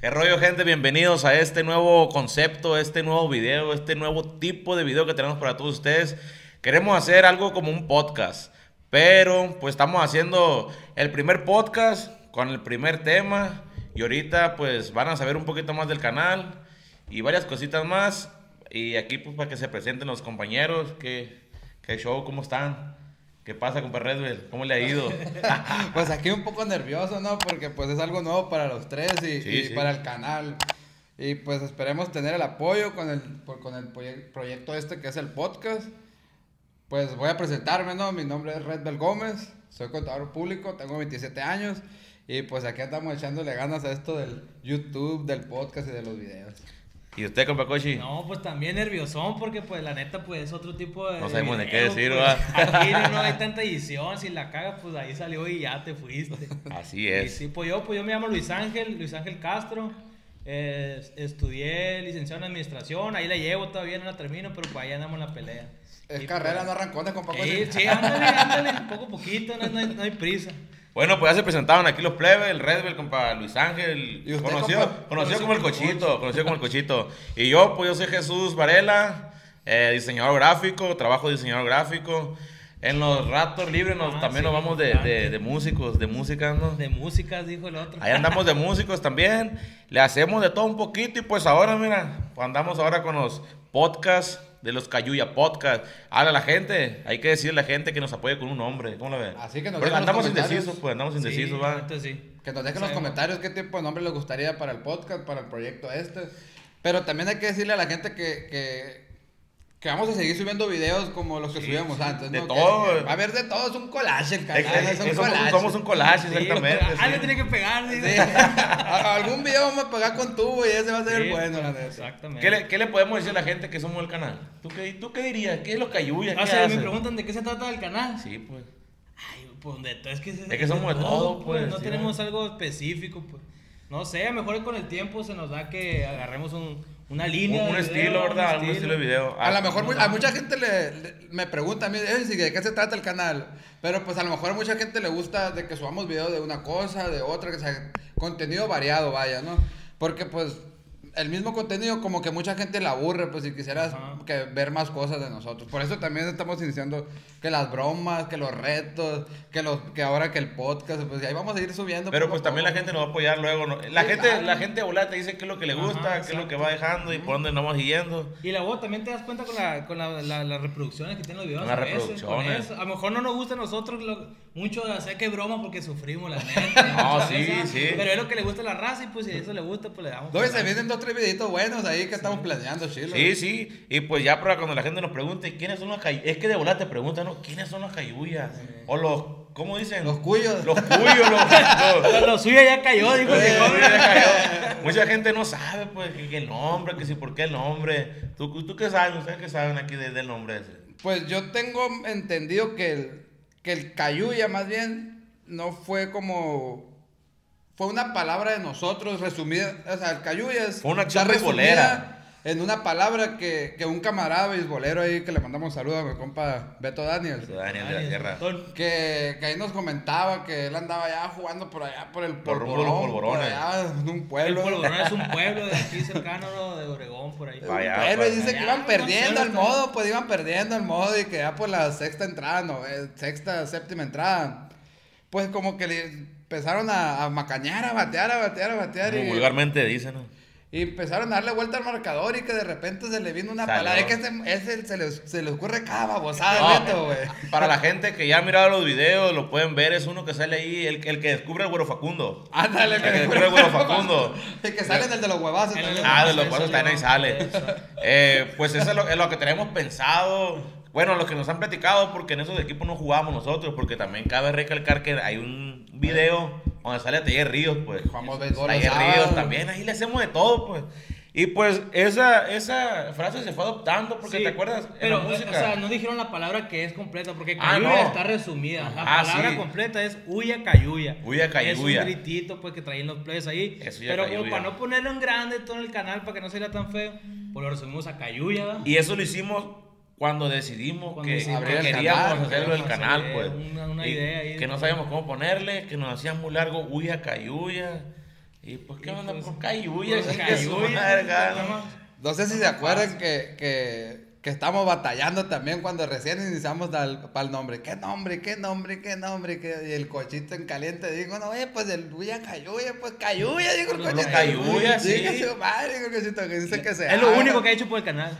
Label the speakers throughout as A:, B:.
A: ¿Qué rollo, gente? Bienvenidos a este nuevo concepto, este nuevo video, este nuevo tipo de video que tenemos para todos ustedes. Queremos hacer algo como un podcast, pero pues estamos haciendo el primer podcast con el primer tema y ahorita pues van a saber un poquito más del canal y varias cositas más. Y aquí pues para que se presenten los compañeros, que qué show, ¿cómo están? ¿Qué pasa, compa Redwell? ¿Cómo le ha ido?
B: Pues aquí un poco nervioso, ¿no? Porque pues es algo nuevo para los tres y,
A: Sí,
B: y
A: sí.
B: para el canal. Y pues esperemos tener el apoyo con el, por- con el proye- proyecto este que es el podcast. Pues voy a presentarme, ¿no? Mi nombre es Redbel Gómez, soy contador público, tengo 27 años y pues aquí andamos echándole ganas a esto del YouTube, del podcast y de los videos.
A: ¿Y usted, compa Cochi?
C: No, pues también nerviosón, porque pues la neta, pues es otro tipo de.
A: No sabemos de qué
C: video,
A: decir,
C: pues.
A: ¿va?
C: Aquí no hay tanta edición, si la cagas, pues ahí salió y ya te fuiste.
A: Así
C: Y
A: es.
C: sí, pues yo, pues yo me llamo Luis Ángel, Luis Ángel Castro. eh, estudié licenciado en administración, ahí la llevo todavía, no la termino, pero pues ahí andamos en la pelea.
B: Es
C: Y,
B: carrera,
C: pues,
B: no arrancones, compa.
C: Sí,
B: Cosi.
C: sí, ándale, ándale, poco a poquito, no, no hay, no hay prisa.
A: Bueno, pues ya se presentaron aquí los plebes, el Red Bull, compa Luis Ángel,
B: ¿Y usted,
A: conocido,
B: compa?
A: conocido como el Cochito, conocido como el Cochito. Y yo, pues yo soy Jesús Varela, eh, diseñador gráfico, trabajo de diseñador gráfico. En los ratos libres nos-
C: Ah,
A: también
C: sí,
A: nos vamos de,
C: importante.
A: de- de músicos, de música, ¿no?
C: De música, dijo el otro.
A: Ahí andamos de músicos también, le hacemos de todo un poquito y pues ahora, mira, andamos ahora con los podcasts de los Cayuya Podcast. Habla la gente, hay que decirle a la gente que nos apoye con un nombre, ¿cómo lo ven?
B: Así que nos
A: Pero
B: digan los
A: andamos
B: comentarios.
A: indecisos, pues andamos
C: Sí,
A: indecisos,
C: la
A: va.
C: neta, sí.
B: Que nos dejen
C: No
B: en los
C: sabemos.
B: comentarios qué tipo de nombre les gustaría para el podcast, para el proyecto este. Pero también hay que decirle a la gente que, que, que vamos a seguir subiendo videos como los que subíamos antes,
A: de
B: ¿no? Que-
A: todo.
B: que va a haber de todo, es un collage el canal,
A: Ex-
B: es un
A: ex- somos,
B: collage.
A: somos un collage,
C: Sí,
A: exactamente.
C: Ah, le
A: sí.
C: tiene que pegar, sí.
B: Sí. A- Algún video vamos a pegar con tubo y ese va a ser
C: Sí,
B: el bueno, la neta.
C: Exactamente.
A: ¿Qué, le, qué le podemos decir a la gente que somos el canal? ¿Tú qué, tú qué dirías? ¿Qué es los Cayuya?
B: Ah,
A: ¿Qué
C: O sea, me
A: hacen?
C: preguntan de qué se trata el canal.
A: Sí, pues.
C: Ay, pues donde todo es que
A: Es que somos de todo, pues,
C: No
A: sí,
C: tenemos algo específico, pues. No sé, a lo mejor con el tiempo se nos da que agarremos un, una
A: Un,
C: línea.
A: un
C: de video,
A: estilo, ¿verdad?
C: un
A: Algún estilo de video.
B: A lo
A: Ah,
B: mejor mu- a mucha gente le, le- me pregunta a mí, "Ey, sí, ¿de qué se trata el canal? Pero pues a lo mejor a mucha gente le gusta de que subamos videos de una cosa, de otra, que sea contenido variado, vaya, ¿no? Porque pues el mismo contenido como que mucha gente le aburre, pues si quisieras
C: Ajá.
B: que ver más cosas de nosotros. Por eso también estamos iniciando que las bromas, que los retos, que los que ahora que el podcast, pues y ahí vamos a ir subiendo.
A: Pero
B: poco
A: pues
B: a
A: también la
B: poco.
A: gente nos va a apoyar luego. ¿no? La
B: Sí,
A: gente,
B: claro.
A: la gente de volada te dice qué es lo que le
C: Ajá,
A: gusta, qué es lo que va dejando y por dónde nos vamos siguiendo.
C: Y la voz también te das cuenta con, la, con la- la- las reproducciones que tienen los videos.
A: Con las
C: a veces, con
A: reproducciones.
C: eso. A lo mejor no nos gusta a nosotros lo- mucho hacer que broma porque sufrimos, la neta.
A: No,
C: muchas
A: sí,
C: veces,
A: sí.
C: Pero es lo que le gusta a la raza y pues si eso le gusta, pues le damos.
B: No, y
C: pues,
B: se vienen dos, tres videitos buenos ahí que estamos planeando, chilo.
A: Sí, sí. Y pues ya para cuando la gente nos pregunte quiénes son los cayuyas. Es que de volada te preguntan, ¿no? ¿Quiénes son los cayuyas? O los, ¿cómo dicen?
B: Los cuyos.
A: Los cuyos, los- los,
C: Lo, lo suyo ya cayó, dijo
A: Sí,
C: que
A: hombre,
C: come.
A: ya cayó. Mucha gente no sabe, pues, que, que el nombre, que si por qué el nombre. ¿Tú, tú qué sabes? ¿Ustedes qué saben aquí de- del nombre ese?
B: Pues yo tengo entendido que el, que el cayuya más bien no fue como... Fue una palabra de nosotros resumida. O sea, el cayuya es...
A: Fue una acción
B: está resumida
A: beisbolera.
B: En una palabra que, que un camarada beisbolero ahí que le mandamos saludos a mi compa Beto Daniels.
A: Daniel de la Sierra.
C: Ton-
B: Que, que ahí nos comentaba que él andaba allá jugando por allá, por el
A: Por rumbo a los
B: por
A: polvorones.
B: allá, en un
C: El
B: pueblo.
C: Polvorón es un pueblo de aquí cercano, ¿no? de Oregón, por ahí.
B: Un
A: Vaya,
B: pueblo, y
A: pues.
B: dice que
C: Allá,
B: iban perdiendo
C: no sé,
B: al
C: no sé.
B: modo, pues iban perdiendo al modo y que ya por la sexta entrada, no, eh, sexta, séptima entrada, pues como que le empezaron a, a macañar, a batear, a batear, a batear
A: Muy
B: y,
A: vulgarmente dicen, ¿no?
B: y empezaron a darle vuelta al marcador y que de repente se le vino una
A: Salió.
B: palabra, es que ese- ese se, le, se le ocurre cada babosada,
A: No.
B: Beto, güey.
A: Para la gente que ya ha mirado los videos, lo pueden ver, es uno que sale ahí, el, el que descubre el güero Facundo.
B: Ándale,
A: El que descubre el güero Facundo.
B: Y que salen el de los huevazos.
C: El de
B: también.
C: los
A: Ah, de los
C: Eso
A: cuales
C: le
A: están ahí
C: va.
A: sale.
C: Eso.
A: Eh, pues eso es lo, es lo que tenemos pensado. Bueno, lo que nos han platicado, porque en esos equipos no jugamos nosotros, porque también cabe recalcar que hay un video donde sale a Taller Ríos, pues.
B: Jugamos béisbol
A: Taller
B: los sábados.
A: Ríos también, ahí le hacemos de todo, pues. Y pues esa, esa frase se fue adoptando, porque
C: Sí,
A: te acuerdas en
C: Pero,
A: la música.
C: o sea, no dijeron la palabra que es completa, porque
A: Ah,
C: cayuya
A: no.
C: está resumida. La
A: Ah,
C: palabra
A: sí.
C: completa es huya cayuya.
A: Huya cayuya.
C: Es un gritito pues, que traían los players ahí.
A: Es huya
C: pero
A: cayuya.
C: como para no ponerlo en grande todo en el canal, para que no sea tan feo, pues lo resumimos a cayuya. ¿verdad?
A: Y eso lo hicimos cuando decidimos
C: Cuando
A: que,
C: decidimos
A: que
B: abrir el
A: queríamos
B: canal,
A: hacerlo el
C: queríamos
A: canal,
C: hacer
A: pues.
C: una- una
A: Y
C: idea ahí.
A: que no sabíamos cómo ponerle, que nos hacían muy largo, huya, cayuya. Y Y pues,
C: Y,
A: ¿qué onda?
C: pues,
A: Por Cayuya,
C: Por
A: chingue su
C: Cayuya,
A: madre,
C: puta
A: gano.
C: madre.
B: No sé si se acuerdan que, que, que estamos batallando también cuando recién iniciamos para el nombre. ¿Qué nombre? ¿Qué nombre? ¿Qué nombre? ¿Qué? Y el cochito en caliente dijo, no, eh, pues el Luya Cayuya, pues Cayuya, dijo el
C: Los
B: cochito.
A: Cayuya, sí.
B: Diga su madre, dijo el cochito, que dice que se
C: Es lo
A: ah,
B: abra.
C: único que ha hecho por el canal.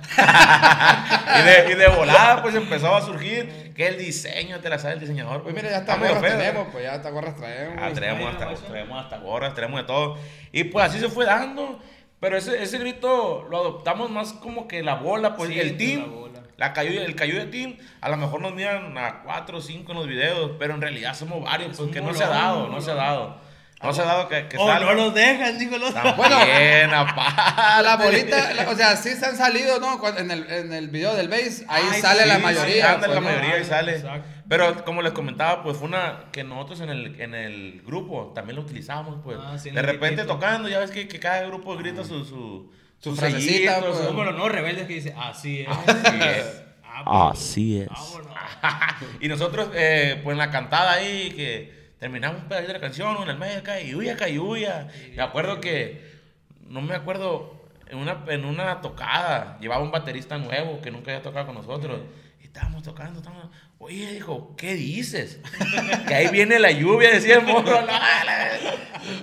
A: Y de, y de volada, pues empezó a surgir que el diseño te la sabe el diseñador.
B: Pues
A: pues.
B: mira, ya
A: Está
B: está
A: medio
B: gorras
A: feo, ¿eh?
B: tenemos, pues ya está gorras traemos.
A: Ah, traemos
C: Bueno,
A: hasta,
C: eso.
A: traemos hasta gorras, traemos de todo. Y pues así se fue dando. Pero ese, ese grito lo adoptamos más como que la bola, pues
C: Sí,
A: el
C: pues,
A: team.
C: la bola.
A: La Cayuya- el Cayuya Team, a lo mejor nos miran a 4 o 5 en los videos, pero en realidad somos varios,
C: Es
A: pues
C: un
A: que no se ha
C: bolón,
A: dado,
C: un
A: no se ha
C: bolón.
A: dado. No se ha dado que, que
C: O
A: salga.
C: Oh, no los dejan, digo los
B: Bueno.
A: También, aparte.
B: A la bolita, la- o sea, sí se han salido, ¿no? Cuando- en, el, en el video del base, ahí
C: Ay,
B: sale la
A: Sí,
B: mayoría.
A: sí, anda
B: pues,
A: la
B: ¿no?
A: mayoría y sale.
C: Ah, Exacto.
A: Pero como les comentaba, pues fue una que nosotros en el, en el grupo también lo utilizamos, pues.
C: Ah, sí, en
A: de
C: el
A: repente
C: gritito.
A: tocando, ya ves que, que cada grupo grita su, su,
B: Su frasecita,
A: sellito,
B: pues.
A: su-
C: Como los no rebeldes que dicen, así es.
A: Así es.
C: Ah, pues, vámonos.
A: Y nosotros, eh, pues en la cantada ahí, que terminamos un pedacito de la canción, en el medio acá, y huya, acá, y huya. Me acuerdo que, no me acuerdo, en una, en una tocada, llevaba un baterista nuevo que nunca había tocado con nosotros. Y estábamos tocando, estábamos... Oye, dijo, ¿qué dices? que ahí viene la lluvia, decía el morro. "No, la- la-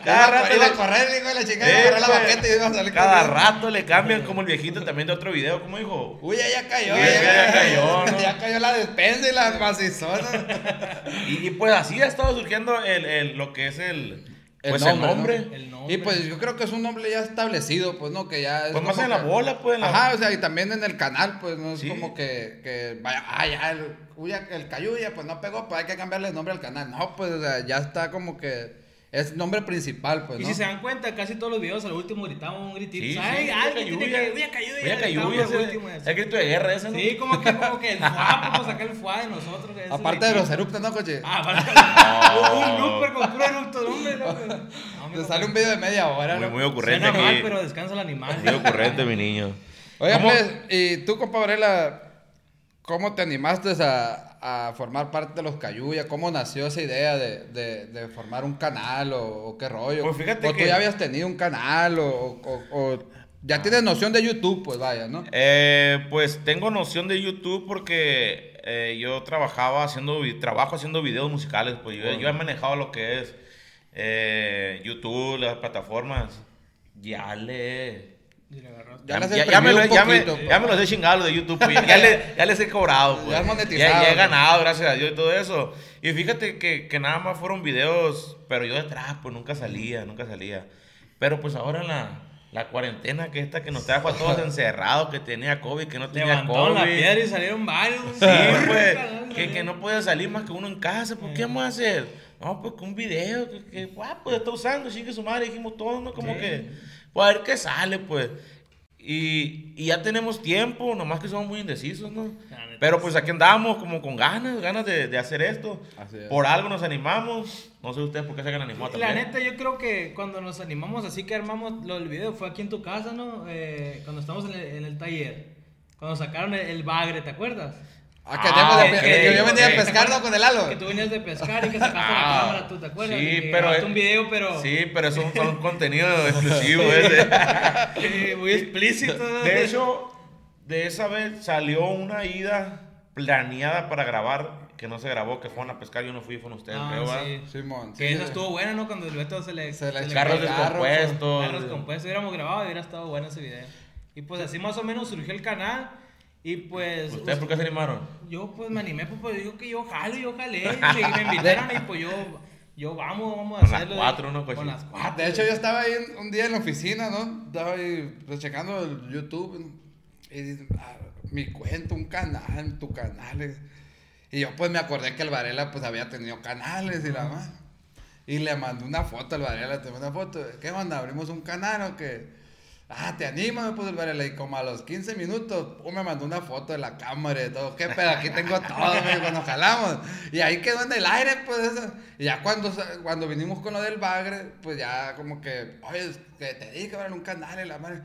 A: Cada
B: Iba a-
A: rato
B: iba a correr, dijo la chica, iba a
A: Eh,
B: agarrar la
A: pues,
B: baqueta y iba a salir
A: cada
B: corriendo.
A: rato le cambian, como el viejito también de otro video, como dijo,
B: Uy, ya, ya cayó.
A: Uy, ya, ya cayó, ¿no?
B: Ya cayó la despensa y la macizona.
A: Y, y, pues así ha estado surgiendo el, el- lo que es el,
B: El
A: pues,
B: nombre,
A: el nombre.
C: El nombre.
B: y pues yo creo que es un nombre ya establecido, pues, ¿no? Que ya es
A: Pues más
B: como
A: en la
B: que-
A: bola, pues. en la-
B: Ajá, o sea, y también en el canal, pues, no es
A: Sí.
B: como que, que vaya, ah, ya, el, Uya- el Cayuya, pues, no pegó, pues, hay que cambiarle el nombre al canal. No, pues, o sea, ya está como que es nombre principal, pues,
C: Y
B: ¿no?
C: si se dan cuenta, casi todos los videos al último gritamos un gritito.
A: Sí, sí,
C: Ay,
A: Uya
C: alguien tiene
A: Cayuya.
C: que. Uy, a Cayuya,
A: Uya
C: ya
A: Cayuya,
C: gritamos el
A: ese-
C: último,
A: el
C: ese.
A: eh. grito de guerra ese, ¿no?
C: Sí, como que, como que el fuá, como sacar el fuá de nosotros. ese
B: Aparte de
C: gritito.
B: los eruptos, ¿no, coche?
C: Ah, aparte. Un looper con puro eructo, de hombre, loco. No,
B: Te
C: amigo,
B: sale un video de media hora,
A: Muy,
B: ¿no?
A: muy ocurrente
C: Suena
A: aquí.
C: mal, pero descansa el animal.
A: Muy ocurrente, mi niño.
B: Oye,
A: ¿Cómo?
B: pues, y tú, compa Varela, ¿cómo te animaste a, a formar parte de los Cayuya? ¿Cómo nació esa idea de, de- de formar un canal o, o qué rollo?
A: Pues fíjate
B: o tú
A: que-
B: ya habías tenido un canal o, o- o ya tienes
A: Ah.
B: noción de YouTube, pues vaya, ¿no?
A: Eh, pues tengo noción de YouTube porque eh, yo trabajaba haciendo, vi- trabajo haciendo videos musicales, pues yo, yo he manejado lo que es eh, YouTube, las plataformas. Ya le...
C: Y le agarró.
B: Ya las
A: ya me,
B: exprimí
A: lo-
B: un
A: ya me-
B: poquito, pues.
A: ya me los he chingado los de YouTube, pues, ya, le- ya les he cobrado. Pues.
B: Ya has monetizado,
A: Ya, ya he
B: pues.
A: ganado, gracias a Dios y todo eso. Y fíjate que, que nada más fueron videos, pero yo detrás, pues nunca salía, nunca salía. Pero pues ahora la, la cuarentena que esta que nos trajo a todos encerrados, que tenía COVID, que no tenía
C: Levantaron la
A: COVID.
C: piedra y salieron varios.
A: Sí,
C: Ah.
A: pues, que, que no podía salir más que uno en casa, pues, ¿qué vamos a hacer? No, pues, con un video, que, que guau, pues, está usando, chingue su madre, dijimos todos, ¿no? Como
C: Sí.
A: que, pues, a ver qué sale, pues. Y, y ya tenemos tiempo, nomás que somos muy indecisos, ¿no?
C: La neta,
A: Pero, pues, aquí andamos como con ganas, ganas de, de hacer esto.
B: Así es.
A: Por algo nos animamos, no sé ustedes por qué se hayan animado
C: La
A: también.
C: neta, yo creo que cuando nos animamos así que armamos lo del video fue aquí en tu casa, ¿no? Eh, cuando estamos en el, en el taller. Cuando sacaron el, el bagre, ¿te acuerdas?
B: Ah, que
A: Ah,
B: andamos de
A: ok,
B: pe- que yo venía
A: ok.
B: a pescar ¿no? con el halo.
C: Que tú venías de pescar y que sacaste
A: Ah,
C: la cámara, ¿tú te acuerdas?
A: sí,
C: Y que
A: pero-
C: grabaste un video, pero
A: Sí, pero eso fue un contenido exclusivo ese.
C: eh, muy explícito. ¿no?
A: De hecho, de esa vez salió una ida planeada para grabar que no se grabó, que fueron a pescar, yo no fui, fueron ustedes,
C: Ah,
A: creo, ¿verdad?
C: sí.
B: Simón.
C: Que eso estuvo bueno, ¿no? Cuando el Beto se le...
B: Se le echó
A: Carros
B: el carro,
A: descompuestos.
C: Carros compuestos, hubiéramos grabado y hubiera estado bueno ese video. Y pues así más o menos surgió el canal y pues...
A: ¿Ustedes por qué se animaron?
C: Yo pues me animé, pues, pues digo que yo jalo, yo jalé, y me, me invitaron y pues yo, yo vamos, vamos a
A: Con las
C: hacerlo.
A: cuatro, ¿no, Pues
C: Con
A: coche?
C: las
B: Ah,
C: cuatro.
B: de hecho, yo estaba ahí un- un día en la oficina, ¿no? Estaba ahí pues, checando el YouTube. Y dice, "Ah, mi cuenta, un canal, tu canal. Y yo pues me acordé que el Varela pues había tenido canales y la más. Y le mandé una foto al Varela, te mandé una foto. ¿Qué onda? ¿Abrimos un canal o qué? Ah, te anima, pues el Varela. Y como a los 15 minutos, pum, me mandó una foto de la cámara y todo. ¿Qué pedo? Aquí tengo todo, me dijo, nos jalamos. Y ahí quedó en el aire, pues eso. Y ya cuando, sa- cuando vinimos con lo del Bagre, pues ya como que, oye, que te dije que abrir un canal y la madre.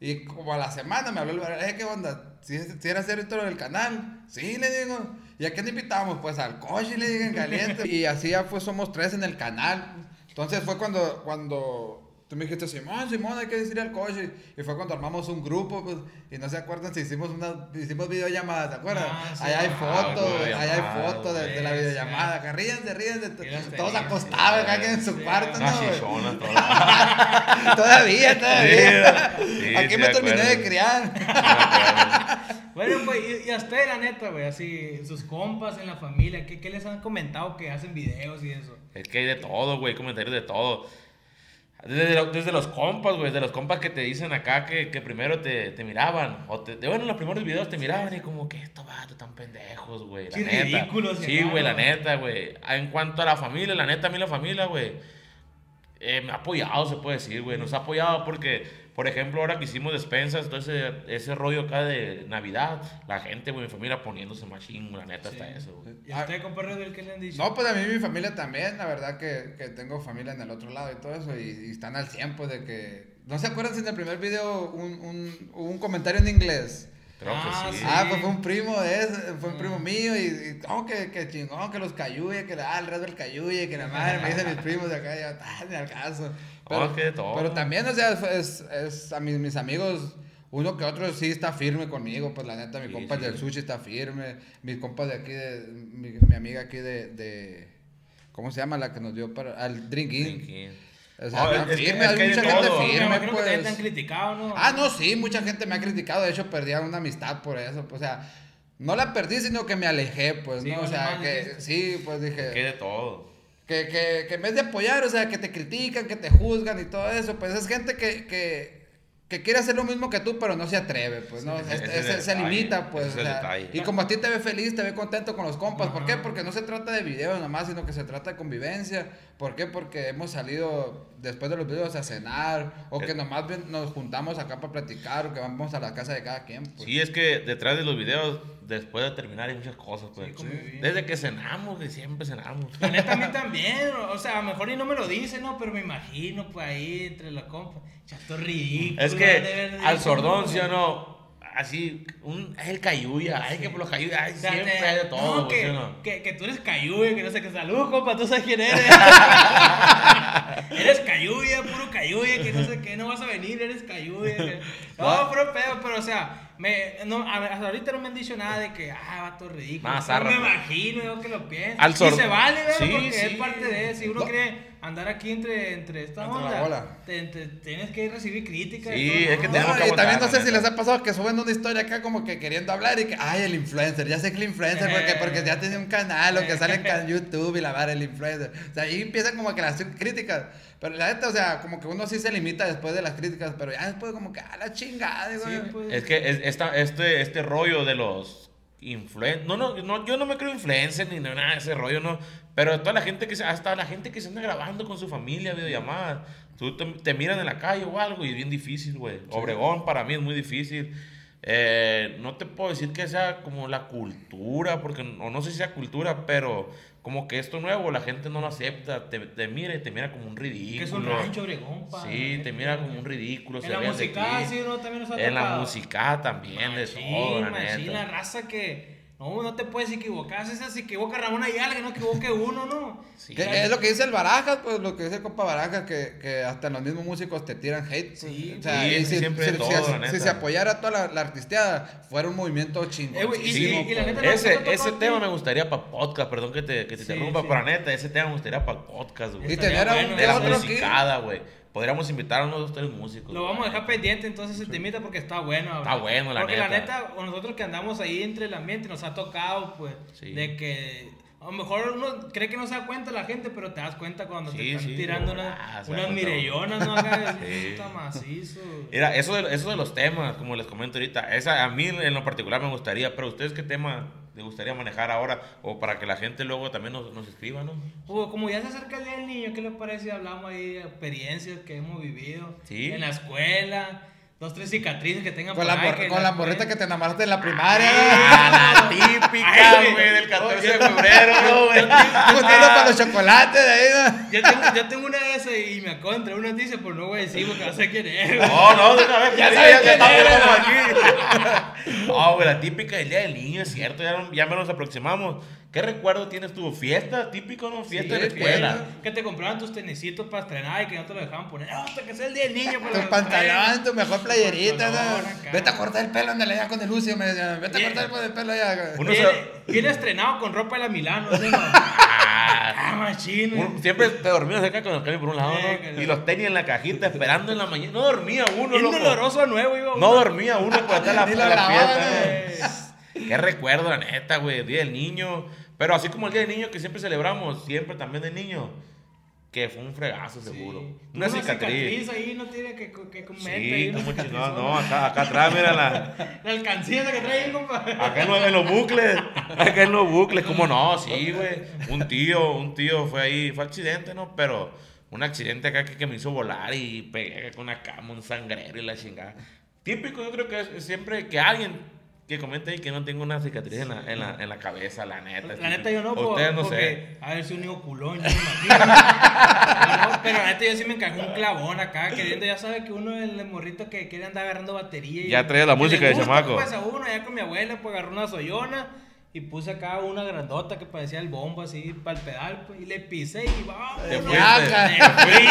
B: Y como a la semana me habló el barrio, "Eh, ¿qué onda? ¿Si, si era hacer esto lo del canal? Sí, le digo. ¿Y a quién invitamos? Pues al coche, le digo, en caliente. y así ya pues somos tres en el canal. Entonces fue cuando, cuando Tú me dijiste, Simón, Simón, hay que decirle al coche. Y fue cuando armamos un grupo, pues, y no se acuerdan si hicimos una, hicimos videollamadas, ¿se acuerdan?
C: Ah, sí,
B: allá hay
C: ah,
B: fotos,
A: güey,
B: allá hay
A: videollamadas,
B: fotos de, de la
C: güey, sí.
B: videollamada. Que ríanse, ríanse.
C: Y las
B: Todos
C: tenías,
B: acostados,
A: sí,
B: cada quien en su
C: sí.
B: cuarto,
A: Una
B: ¿no? güey?
A: chichona, Ah, todo. Ah,
B: Todavía, todavía.
A: Sí,
B: Aquí
A: sí,
B: me
A: de
B: terminé
A: acuerdo.
B: de criar.
C: Bueno, pues, y, y a ustedes, la neta, güey, así, sus compas en la familia, ¿qué, qué les han comentado que hacen videos y eso?
A: Es que hay de todo, güey, comentarios de todo. Desde, lo- desde los compas, güey, desde los compas que te dicen acá que, que primero te, te miraban. O te, bueno, en los primeros videos te miraban y como que estos vatos tan pendejos, güey. la
C: Qué
A: neta".
C: ridículos,
A: Sí,
C: hermano.
A: güey, la neta, güey. En cuanto a la familia, la neta, a mí la familia, güey, eh, me ha apoyado, se puede decir, güey. Nos ha apoyado porque, por ejemplo, ahora que hicimos despensas, todo ese, ese rollo acá de Navidad, la gente, güey, mi familia poniéndose machín, güey, la neta,
C: Sí. Ah,
A: hasta eso, güey.
C: ¿Y a usted, compadre, del qué le han dicho?
B: Ah, No, pues a mí mi familia también, la verdad que, que tengo familia en el otro lado y todo eso, y, y están al tiempo de que... ¿No se acuerdan si en el primer video un, un, hubo un comentario en inglés?
A: Creo
C: Ah,
A: que sí. Mm.
C: sí.
B: Ah, pues fue un primo de ese, fue un primo mío, y, y, oh, que, que chingón, que los cayuye, que la- ah, el Red del cayuye, que la madre, me dicen mis primos de acá, y yo, ah, ni al caso.
A: Oh, que de todo.
B: pero también, o sea, fue- es, es a mis, mis amigos... Uno que otro sí está firme conmigo, pues la neta, mi
A: Sí,
B: compa
A: sí.
B: del sushi está firme, mis compas de aquí, de, mi, mi amiga aquí de, de- ¿cómo se llama? La que nos dio para, al drinking.
A: Drinking.
B: O sea,
A: Oh,
B: están
A: es que-
B: firmes,
A: es
B: hay
A: que hay
B: mucha
A: de
B: gente
A: todo.
C: Me
B: firme,
C: imagino que también
B: pues.
C: te han criticado, ¿no?
B: Ah, no, sí, mucha gente me ha criticado. De hecho, perdí una amistad por eso. pues, o sea, no la perdí, sino que me alejé, pues,
C: Sí,
B: ¿no? O
C: vale
B: sea,
C: madre,
B: que
C: ¿viste?
B: sí, pues
A: Que
B: dije.
A: de todo.
B: Que, que, que en vez de apoyar, o sea, que te critican, que te juzgan y todo eso, pues es gente que, que, que quiere hacer lo mismo que tú, pero no se atreve, pues, ¿no?
A: ese
B: Es-
A: es el
B: es- se
A: detalle,
B: limita, pues.
A: ese
B: o
A: es el
B: sea,
A: detalle.
B: y como a ti te ve feliz, te ve contento con los compas. ¿Por qué?
C: Ajá.
B: Porque no se trata de videos nomás, sino que se trata de convivencia. ¿Por qué? Porque hemos salido después de los videos a cenar o que
A: Eh.
B: nomás ven- nos juntamos acá para platicar o que vamos a la casa de cada quien. pues.
A: Sí, es que detrás de los videos, después de terminar, hay muchas cosas, pues.
C: Sí, convivir.
A: Desde que cenamos, que siempre cenamos.
C: La neta, a mí también, o sea, a lo mejor y no me lo dice, ¿no? Pero me imagino, pues, ahí, entre la compa, chato ridículo.
A: es
C: ha de haber
A: que
C: dicho,
A: al sordón, ¿sí o
C: güey.
A: no? Así, un, es el cayuya, ay, que por los cayuyas, ay,
C: O sea,
A: siempre
C: te-
A: hay de todo,
C: no,
A: güey, ¿sí
C: que,
A: o no?
C: que, que tú eres cayuya, que no sé qué. Salud, compa, tú sabes quién eres. eres cayuya, puro cayuya, que no sé qué, no vas a venir, eres cayuya. que- No, puro pedo, pero o sea, me, no, a- hasta ahorita no me han dicho nada de que, ah, vato ridículo.
A: Nah,
C: No
A: zarra,
C: me
A: güey.
C: imagino, yo que lo pienso.
A: Al
C: y
A: sor-
C: se vale, ¿verdad?
A: Sí,
C: porque es
A: sí.
C: parte de, si uno
B: No.
C: quiere andar aquí entre, entre esta
B: Entre la
C: onda,
B: bola.
C: te- te- tienes que recibir críticas.
A: Sí,
C: y todo,
A: es que
C: ¿no?
A: tenemos
B: No,
A: que
B: y también
A: aguantar,
B: no sé
A: la
B: si
A: neta.
B: les ha pasado que suben una historia acá como que queriendo hablar y que, ay, el influencer, ya sé que el influencer, porque,
C: Eh.
B: porque ya tiene un canal o que
C: Eh.
B: sale en can- YouTube y la vara, el influencer. O sea, ahí empiezan como que las críticas. Pero la neta, o sea, como que uno sí se limita después de las críticas, pero ya después como que, ah, la chingada, güey.
C: Sí, pues.
A: Es que es- esta- este, este rollo de los influencers, no, no, no, yo no me creo influencer ni nada de ese rollo, no. Pero toda la gente que se, hasta la gente que se anda grabando con su familia, videollamadas, tú te, te miran en la calle o algo y es bien difícil, güey. Obregón para mí es muy difícil. Eh, no te puedo decir que sea como la cultura, porque no, no sé si sea cultura, pero como que esto nuevo, la gente no lo acepta, te, te mira y te mira como un ridículo.
C: Que es un rancho, Obregón, pa.
A: Sí, te mira como un ridículo. se
C: En la
A: ríen de
C: música,
A: ti.
C: sí, no, también nos ha
A: En la
C: tocado.
A: música también, de
C: Machín,
A: todo, la
C: machín, la
A: neta.
C: raza que. No, no te puedes equivocar. Si esa se equivoca Ramón Ayala, que no equivoque uno, ¿no?
A: Sí.
B: Que- que es lo que dice el Barajas, pues lo que dice el compa Barajas, que, que hasta los mismos músicos te tiran hate. pues,
C: Sí,
B: o sea,
A: sí,
B: y
A: es que
B: si,
A: siempre
B: si-
A: de
B: si-
A: todo, la
B: si-
A: neta.
B: si se apoyara toda la, la artisteada, fuera un movimiento pues. chingón.
C: Eh, güey, y-
A: Sí,
C: y la neta no- no te
A: ese,
C: ha
A: ese
C: tocado
A: tema
C: a ti.
A: me gustaría para podcast, perdón que te, que te
C: Sí,
A: interrumpa,
C: sí.
A: pero la neta, ese tema me gustaría para podcast,
B: y
A: güey.
C: Estaría
B: tener a
C: bueno,
B: un
A: De
B: que
A: la
B: otro aquí.
A: musicada, güey. Podríamos invitar a uno de los tres músicos.
C: Lo
A: güey.
C: vamos a dejar pendiente entonces ese temita porque está bueno. la
A: Está
C: verdad.
A: bueno, la
C: porque
A: neta.
C: Porque la neta, o nosotros que andamos ahí entre el ambiente, nos ha tocado, pues,
A: Sí.
C: de que a lo mejor uno cree que no se da cuenta la gente, pero te das cuenta cuando
A: Sí,
C: te están
A: sí,
C: tirando
A: de
C: unas,
A: volada, se da
C: unas
A: cuenta.
C: mirellonas, ¿no? Acá,
A: Sí.
C: puta macizo. güey.
A: Mira, eso de, eso de los temas, como les comento ahorita, esa, a mí en lo particular me gustaría, pero ¿ustedes qué tema les gustaría manejar ahora? O para que la gente luego también nos, nos escriba, ¿no?
C: Hugo, Pues, como ya se acerca el día del niño, ¿qué les parece si hablamos ahí de experiencias que hemos vivido
A: Sí.
C: en la escuela? Dos, tres cicatrices pues, que tengan
B: Con la,
C: ahí,
B: mor- con la morrita que te enamoraste en la primaria.
A: Ah, la típica,
C: Ay, güey.
A: güey, del 14 de febrero, güey.
C: Ah.
B: güey. Un tiro para los chocolates de ahí. ¿no?
C: Yo tengo, yo tengo una de eso y me acabo de entrar una noticia, pues no voy a decir porque no sé quién es. güey.
A: No, no, de una vez.
C: Ya
A: sí,
C: sabes
A: ya
C: quién
A: estamos
C: eres.
A: como aquí. No, güey, la típica del día del niño, es cierto, ya, no- ya menos aproximamos. ¿Qué recuerdo tienes tú? ¿Fiesta? Típico, ¿no? Fiesta
B: Sí,
A: de la escuela.
B: fiesta.
C: Que te compraban tus tenisitos para estrenar y que no te lo dejaban poner. "Ah, Hasta que sea el día del niño. pues,
B: Tu
C: lo-
B: pantalón, tu mejor playerita,
C: pantalón
B: ¿no?
C: acá.
B: Vete a cortar el pelo, ándale ya con el Lucio, me decían. Vete a
C: Bien.
B: cortar el pelo del pelo ya.
A: Uno
C: Viene,
A: se-
C: viene estrenado con ropa de la Milano. ¿sí, no?
A: Ah,
C: ah, machino.
A: uno- siempre te dormías acá con los cambios por un lado, ¿no? Y los tenis en la cajita esperando en la mañana. No dormía uno,
C: Bien
A: loco.
C: doloroso a nuevo, iba
A: No
C: uno.
A: dormía uno por estar la,
B: Ni lo
A: la
B: grababan,
A: fiesta.
B: eh.
A: güey. Qué recuerdo, la neta, güey. El día del niño. Pero así como el día del niño que siempre celebramos, siempre también del niño. Que fue un fregazo,
C: Sí.
A: seguro. Una, cicatriz.
C: ahí no tiene que, que comer.
A: Sí, como chingado. No, acá, acá atrás, mira la.
C: La alcancía esa que trae ahí, compa.
A: Acá en los, en los bucles. Acá en los bucles. ¿Cómo no? Sí, güey. Un tío, un tío fue ahí. Fue accidente, ¿no? Pero un accidente acá que, que me hizo volar y pegué acá con una cama, un sangrero y la chingada. Típico, yo creo que es es siempre que alguien. Que comente ahí que no tengo una cicatriz en la, en la, en la cabeza, la neta.
C: La neta yo no,
A: Ustedes
C: po-
A: no sé.
C: porque a ver si un niño culón, yo me imagino. No, no, pero la neta yo sí me encajé un clavón acá, queriendo, ya sabe que uno es el morrito que quiere andar agarrando batería. y-
A: Ya traía la
C: que
A: música
C: le
A: de
C: gusta,
A: chamaco.
C: Pues a uno, allá con mi abuela, pues agarró una soyona y puse acá una grandota que parecía el bombo así para el pedal, pues, y le pisé y vamos.
A: Te
C: ¿no?
A: fuiste.
C: Te fuiste,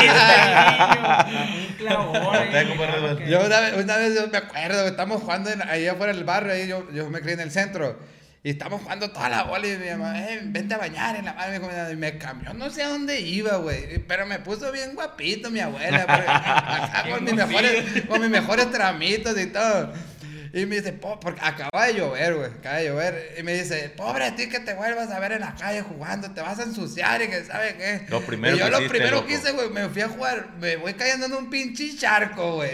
C: niño. Un clavón. ahí,
A: Te pues, compadre,
C: claro que-
B: Yo una vez, una vez yo me acuerdo, güey, estamos jugando en- ahí afuera del barrio, ahí yo, yo me crié en el centro. Y estamos jugando toda la bola y mi mamá, eh, vente a bañar en la madre. Me, dijo, y me cambió, no sé a dónde iba, güey. Pero me puso bien guapito mi abuela. porque- acá con, mis
C: Bien
B: mejores,
C: guapillo.
B: con mis mejores tramitos y todo. Y me dice, po, porque acaba de llover, güey, acaba de llover. Y me dice, pobre de ti que te vuelvas a ver en la calle jugando, te vas a ensuciar y que sabe qué.
A: Lo primero
B: y yo
A: que
B: lo
A: hiciste,
B: primero
A: loco.
B: que hice, güey, me fui a jugar, me voy cayendo en un pinche charco, güey.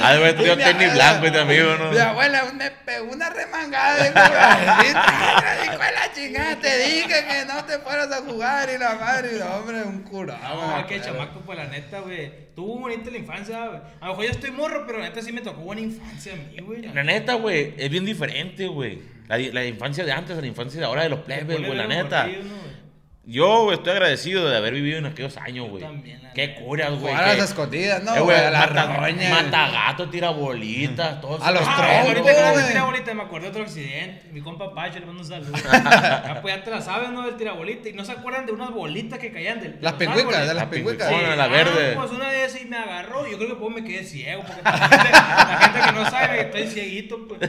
A: Ha de haber tenido
B: Mi
A: tenis
B: abuela-
A: blanco este amigo,
B: Mi
A: ¿no?
B: abuela me pegó una remangada. Dijo, "Maldita, hijo de la chingada, te dije que no te fueras a jugar. Y la madre, y no, hombre, un curado.
A: Ah,
C: No, Ah, que chamaco, pues la neta, güey. Tuvo bonita la infancia, güey. A lo mejor yo estoy morro, pero la neta sí me tocó buena infancia a mí, güey.
A: La neta, güey, es bien diferente, güey. La, di- la infancia de antes a la infancia de ahora de los plebes, güey, la neta. Yo, güey, estoy agradecido de haber vivido en aquellos años, güey.
C: también, la
A: Qué
C: neta.
A: curas, güey.
B: Jugar a
A: que-
B: las escondidas,
A: eh,
B: no,
A: güey,
B: güey, a la
A: mata,
B: roña.
A: matagato, tira bolitas, todo
B: A
A: eso.
B: los
C: Ah,
B: troncos,
C: güey, ahorita que hablas del
B: güey.
C: tirabolita me acordé de otro accidente. Mi compa Pacho, le mando un saludo. ah, pues ya te la sabes, ¿no? Del tirabolita. Y no se acuerdan de unas bolitas que caían del. de
B: Las
C: los
B: pingüicas,
C: árboles.
B: de las
A: La
B: pingüicas.
A: pingüicona, la verde.
C: Ah, pues una vez sí me agarró. Yo creo que pues me quedé ciego. Porque la gente, la gente que no sabe, estoy cieguito. Pues.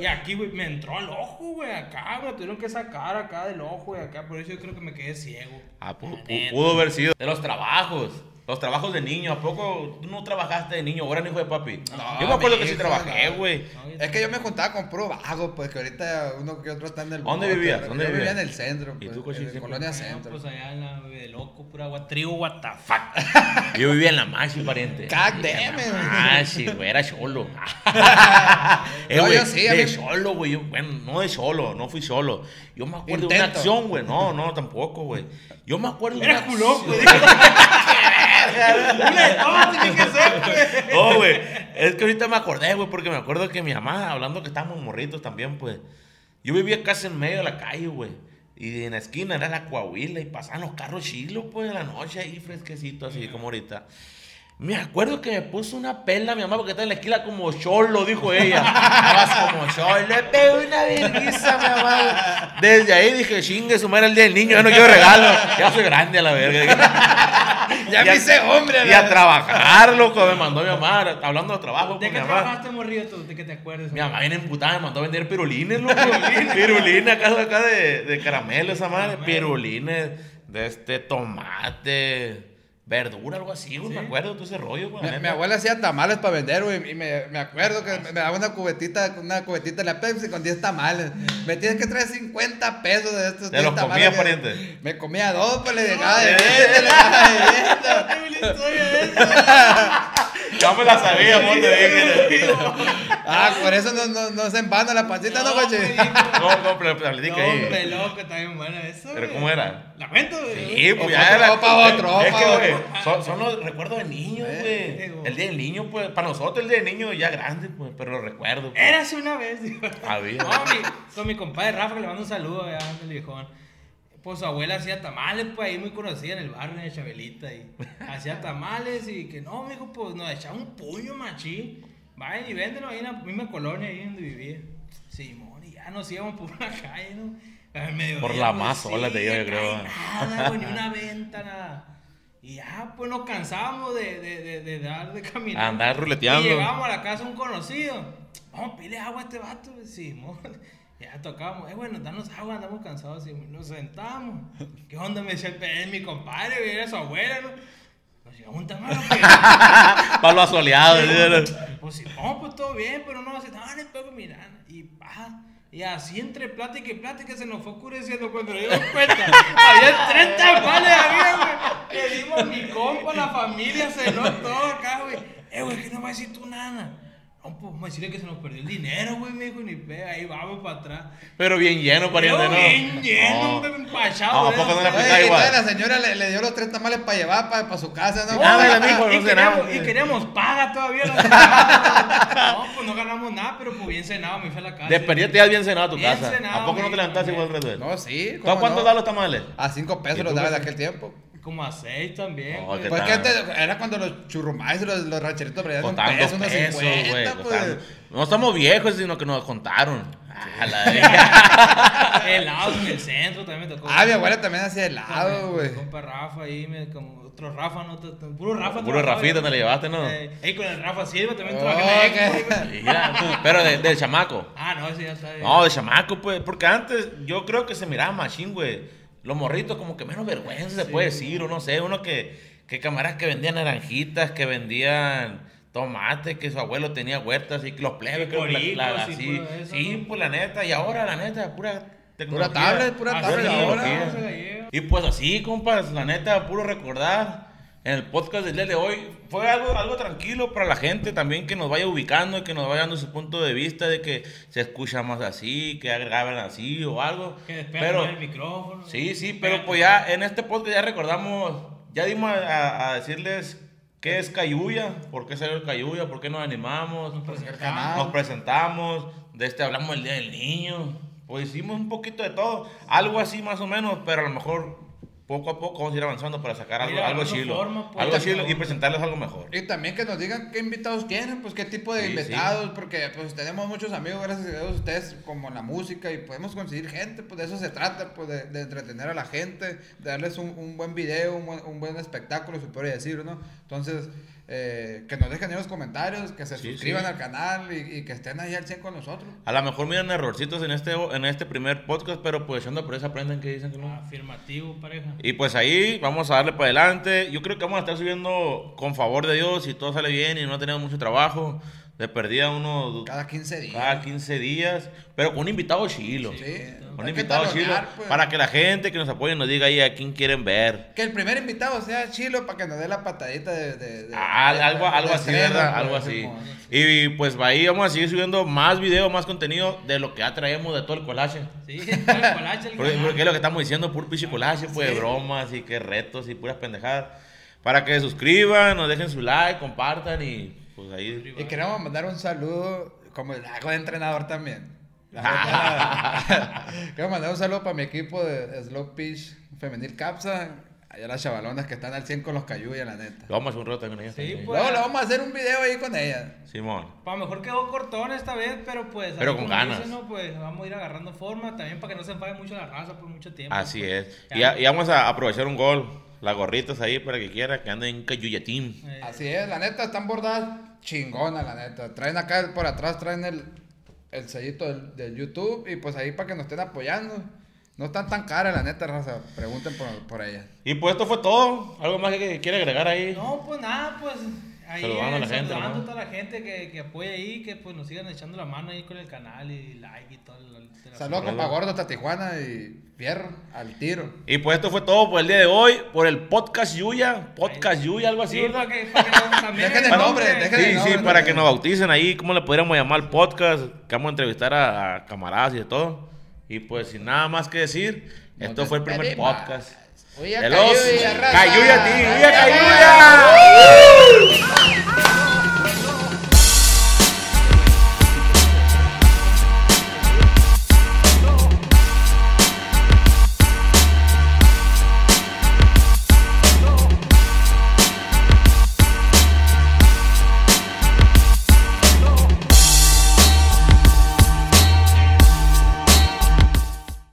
C: Y aquí, güey, me entró al ojo, güey. Acá, me tuvieron que sacar acá del ojo, güey. Acá, por eso yo creo que me quedé ciego.
A: Ah, pu-
C: La
A: pu-
C: neta.
A: pudo haber sido. De los trabajos. Los trabajos de niño. ¿A poco tú no trabajaste de niño? ¿Ahora hijo de papi?
B: No,
A: yo me acuerdo que
B: mi
A: sí
B: hijo,
A: trabajé,
B: no.
A: güey.
C: No,
B: Es que yo me juntaba con puro vago, pues que ahorita uno que otro está en el.
A: ¿Dónde
B: bote,
A: vivías?
B: ¿no?
A: ¿Dónde
B: yo vivía
A: vivías?
B: en el centro.
A: ¿Y
B: Pues,
A: tú, Cochín,
B: en la
A: siempre?
B: colonia
C: Ah,
B: centro.
C: Pues allá en la de loco, pura agua, trigo, what the fuck.
A: Yo vivía en la Machi, pariente.
B: God
A: En
B: damn it.
A: la Machi, güey, era solo. Eh,
B: No,
A: güey,
B: yo sí, a
A: de
B: mí-
A: solo, güey. yo- Bueno, no de solo, no fui solo. Yo me acuerdo de una
B: Intento.
A: acción, güey. No, no, tampoco, güey. Yo me acuerdo de
C: Era
A: una
C: culón, güey.
A: acción-
C: Una de todas tiene que ser, güey.
A: No, Oh, güey. Es que ahorita me acordé, güey, porque me acuerdo que mi mamá, hablando que estábamos morritos también, pues. Yo vivía casi en medio de la calle, güey. Y en la esquina era la Coahuila y pasaban los carros chilos, pues, en la noche ahí fresquecito, así como ahorita. Me acuerdo que me puso una perla mi mamá porque estaba en la esquina como cholo, dijo ella. Estabas como cholo, le pegué una vergüenza, mi mamá. Desde ahí dije, chingue, su madre el día del niño, ya no quiero regalo. Ya soy grande a la verga.
B: Ya me hice hombre,
A: Y
B: la-
A: a trabajar, loco, me mandó mi mamá, hablando de trabajo
C: ¿De
A: con mi
C: qué
A: mamá.
C: trabajaste, morrido, tú? ¿De qué te acuerdas?
A: Mi mamá viene emputada, me mandó a vender pirulines, loco. pirulines, acá, acá de, de caramelo, esa madre.
C: Caramelo.
A: Pirulines de este tomate, verdura, algo así, güey.
C: Sí.
A: Me acuerdo de todo ese rollo, güey. la
B: Mi, mi
A: neta.
B: abuela hacía tamales para vender, güey. Y me, me acuerdo que me, me daba una cubetita, una cubetita de la Pepsi con 10 tamales. Me tienes que traer 50 pesos de estos
A: ¿Te
B: 10
A: los
B: tamales.
A: comías,
B: que-
A: pariente?
B: Me comía dos, pues le dejaba de
A: Eh.
B: diente, le dejaba de diente.
C: No tengo la historia de eso.
A: Ya me la sabía, amor, te dije.
B: Ah, por eso no, no, no se empana la pancita, ¿no, coche?
A: No, no, pero pero platica
C: No, hombre,
A: ahí.
C: loco, está bien buena eso.
A: Pero
C: güey.
A: ¿cómo era?
C: La cuento, güey.
A: Sí, pues
B: O
A: ya
B: pa' otro,
A: era.
B: o pa' otro, o
A: es
B: pa'
A: que, güey,
B: otro.
A: son, son los recuerdos de niños, güey.
C: Eh, güey.
A: el día del niño, pues, para nosotros el día del niño ya grande, pues, pero los recuerdos. pues.
C: Érase una vez, digo.
A: Había.
C: No, mi- con mi compadre Rafa, que le mando un saludo allá, el viejón. Pues su abuela hacía tamales, pues ahí muy conocida en el barrio de Chabelita. Y hacía tamales y que no, mijo, pues nos echaba un puño machín. Vayan y véndelo ahí en la misma colonia, ahí donde vivía. Simón, y ya nos íbamos por una calle, ¿no? Al mediodía,
A: Por la
C: pues,
A: más sola te digo, yo
C: acá
A: creo.
C: y Nada, güey, ni una venta, nada. Y ya, pues nos cansábamos de, de, de, de dar de caminar.
A: Andar ruleteando.
C: Y llegábamos a la casa de un conocido. Vamos, pile agua a este vato, güey, Simón. Ya tocábamos, eh, bueno, danos agua, andamos cansados, Simón. Nos sentamos. ¿Qué onda? Me decía, es mi compadre, güey, era su abuela, ¿no? Nos llegamos un tamal, güey.
A: Palo asoleado. ¿sí?
C: Pues sí, no, pues todo bien, pero no, se estaban en poco mirando. Y pa, y así entre plática y plática se nos fue oscureciendo cuando nos dimos cuenta. Había 30 panes arriba, güey. Le dimos mi compa, la familia, cenó todo acá, güey. Eh, güey, que no me decir tú nada. No, pues me decirle que se nos perdió el dinero, güey, me dijo, ni pe, ahí vamos para atrás.
A: Pero bien lleno, pariente,
C: Pero
A: ¿no?
C: bien lleno,
A: No.
C: hombre,
A: No,
C: empachado. ¿eh?
A: ¿a poco no le
B: Oye,
A: aplica
B: y
A: igual?
B: todavía la señora le, le dio los tres tamales para llevar para, su casa, ¿no? Ah,
A: Nada, el amigo,
C: Ah, y,
A: Ah, no sé nada.
C: queríamos, y queríamos paga todavía. la señora. no, pues no ganamos nada, pero pues bien cenado, me fui a la casa.
A: Desperdiste ya bien cenado a tu
C: Bien
A: casa. ¿A
C: cenado,
A: poco no te
C: güey,
A: levantaste
C: también.
A: igual, Red Bull?
B: No, sí.
A: ¿Tú a
B: ¿cómo
A: cuánto
B: no?
A: dan los tamales?
B: A cinco
A: ¿Y
B: pesos
A: tú,
B: los daba en
A: güey?
B: aquel tiempo.
C: Como a seis también.
A: No,
C: güey.
A: Oh, ¿qué
B: Porque
A: tal?
B: antes era cuando los churrumais y los, los rancheritos perdían un
A: Contando
B: peso, unos
A: pesos, güey.
B: 50, pues.
A: contando. No estamos viejos, sino que nos contaron. Ah, la verga.
C: Helados en el centro también me tocó.
B: Ah, mi abuela también hacía helado,
C: También,
B: güey.
C: Mi compa Rafa ahí, me, como otro Rafa, no, t- t- puro Rafa.
A: Puro
C: trabajaba,
A: Rafita
C: güey.
A: te la llevaste, ¿no?
C: Eh, Ey, con el Rafa Silva también
B: Oh,
C: trabajé. en la
B: ok.
C: Expo, güey.
A: Mira, Pero de- del chamaco.
C: Ah, no, ese ya está.
A: No, de chamaco, pues. Porque antes yo creo que se miraba machín, güey. Los morritos como que menos vergüenza se puede decir, o no sé. Uno que, que camaradas que vendían naranjitas, que vendían tomates, que su abuelo tenía huertas y que los plebes,
C: Y
A: creo que la- la-
C: coritos y
A: así.
C: puro eso,
A: Sí,
C: ¿no?
A: pues la neta. Y ahora, la neta, pura tecnología. Ah,
B: tablet, pura
A: Así
B: tablet
A: es,
B: ahora.
A: tecnología.
C: No se la lleva.
A: Y pues así, compas, la neta, puro recordar. En el podcast del día de hoy fue algo, algo tranquilo para la gente también que nos vaya ubicando y que nos vaya dando su punto de vista de que se escucha más así, que graban así o algo.
C: Que después
A: Pero
C: el micrófono.
A: sí, sí, pero pues ya en este podcast ya recordamos, ya dimos a, a- a decirles qué es Cayuya, por qué salió el Cayuya, por qué nos animamos,
C: Nos presentamos.
B: Ah.
A: nos presentamos, de este hablamos el Día del Niño, pues hicimos un poquito de todo, algo así más o menos, pero a lo mejor poco a poco vamos a ir avanzando para sacar algo,
C: Mira,
A: algo
C: agarrando
A: chilo,
C: forma, pues.
A: algo chilo y presentarles algo mejor.
B: Y también que nos digan qué invitados quieren, pues qué tipo de
A: Sí, sí.
B: invitados, porque pues tenemos muchos amigos, gracias a Dios, ustedes como en la música y podemos conseguir gente, pues de eso se trata, pues de, de entretener a la gente, de darles un, un buen video, un buen, un buen espectáculo, se puede decir, ¿no? Entonces, eh, que nos dejen en los comentarios, que se
A: Sí,
B: suscriban
A: sí.
B: al canal y, y que estén ahí al 100 con nosotros.
A: A lo mejor miran errorcitos en este, en este primer podcast, pero pues echando por eso aprenden que dicen que no.
C: Afirmativo, pareja.
A: Y pues ahí vamos a darle para adelante. Yo creo que vamos a estar subiendo con favor de Dios, si todo sale bien y no tenemos mucho trabajo. De perdida uno
B: Cada 15 días.
A: cada 15 días, pero con un invitado chilo.
B: Sí, hay
A: Un
B: que
A: invitado chilo
B: talonear, pues.
A: para que la gente que nos apoye nos diga ahí a quién quieren ver.
B: Que el primer invitado sea Chilo para que nos dé la patadita de... de- de-
A: Ah,
B: de-
A: algo,
B: de
A: algo así,
B: estrella,
A: ¿verdad?
B: pues,
A: Algo así.
B: como-
A: Y pues ahí vamos a seguir subiendo más video, más contenido de lo que ya traemos de todo el colache.
C: Sí, está el colache, el
A: Porque,
C: canal.
A: porque es lo que estamos diciendo, puro pinche colaje, pues de bromas y que retos y puras pendejadas. Para que se suscriban, nos dejen su like, compartan y pues ahí.
B: Y queremos mandar un saludo, como el hago de entrenador también. La neta, Quiero mandar un saludo para mi equipo de Slow Pitch Femenil Capsa. Allá las chavalonas que están al 100 con los cayuyas, la neta.
A: Lo vamos a hacer un rato con ellos.
C: Sí,
A: también.
C: pues.
B: Luego le vamos a hacer un video ahí con ella.
A: Simón.
C: Pa' mejor quedó cortón esta vez, pero pues.
A: Pero
C: ahí
A: con
C: como
A: ganas.
C: ¿no? Pues vamos a ir agarrando forma también para que no se enfade mucho la raza por mucho tiempo.
A: Así es. Y,
C: pues, Ya.
A: a- y vamos a aprovechar un gol. Las gorritas ahí para que quiera que anden en Cayuyatín.
C: Eh,
B: Así es, la neta, están bordadas chingona, la neta. Traen acá por atrás, traen el, el sellito del, del YouTube y pues ahí para que nos estén apoyando. No están tan caras, la neta, raza. Pregunten por, por ella.
A: Y pues esto fue todo. ¿Algo más que- que quiere agregar ahí?
C: No, pues nada, pues. Ahí
A: Saludando a la
C: eh,
A: gente,
C: saludando
A: ¿no?
C: a toda la gente que, que apoya ahí, que pues nos sigan echando la mano ahí con el canal y like y todo. el- el-
B: Saludos, compa gordo, hasta Tijuana y fierro, al tiro.
A: Y pues esto fue todo por el día de hoy. Por el podcast Yuya. Podcast Yuya, algo así,
C: Sí,
A: ¿verdad?
C: para que, para que nos- también
B: Dejen el
C: el
B: Este nombre, dejen
A: Sí,
B: no,
A: sí,
B: no,
A: para
B: no.
A: que nos bauticen ahí, ¿cómo le pudiéramos llamar al podcast? Que vamos a entrevistar a, a camaradas y de todo. Y pues sin nada más que decir,
B: Nos
A: esto fue el primer
B: despedimos.
A: podcast.
B: Oye,
A: De los
B: Cayuya, raza.
A: Cayuya, ti,
B: Ay,
A: Cayuya.
B: Cayuya.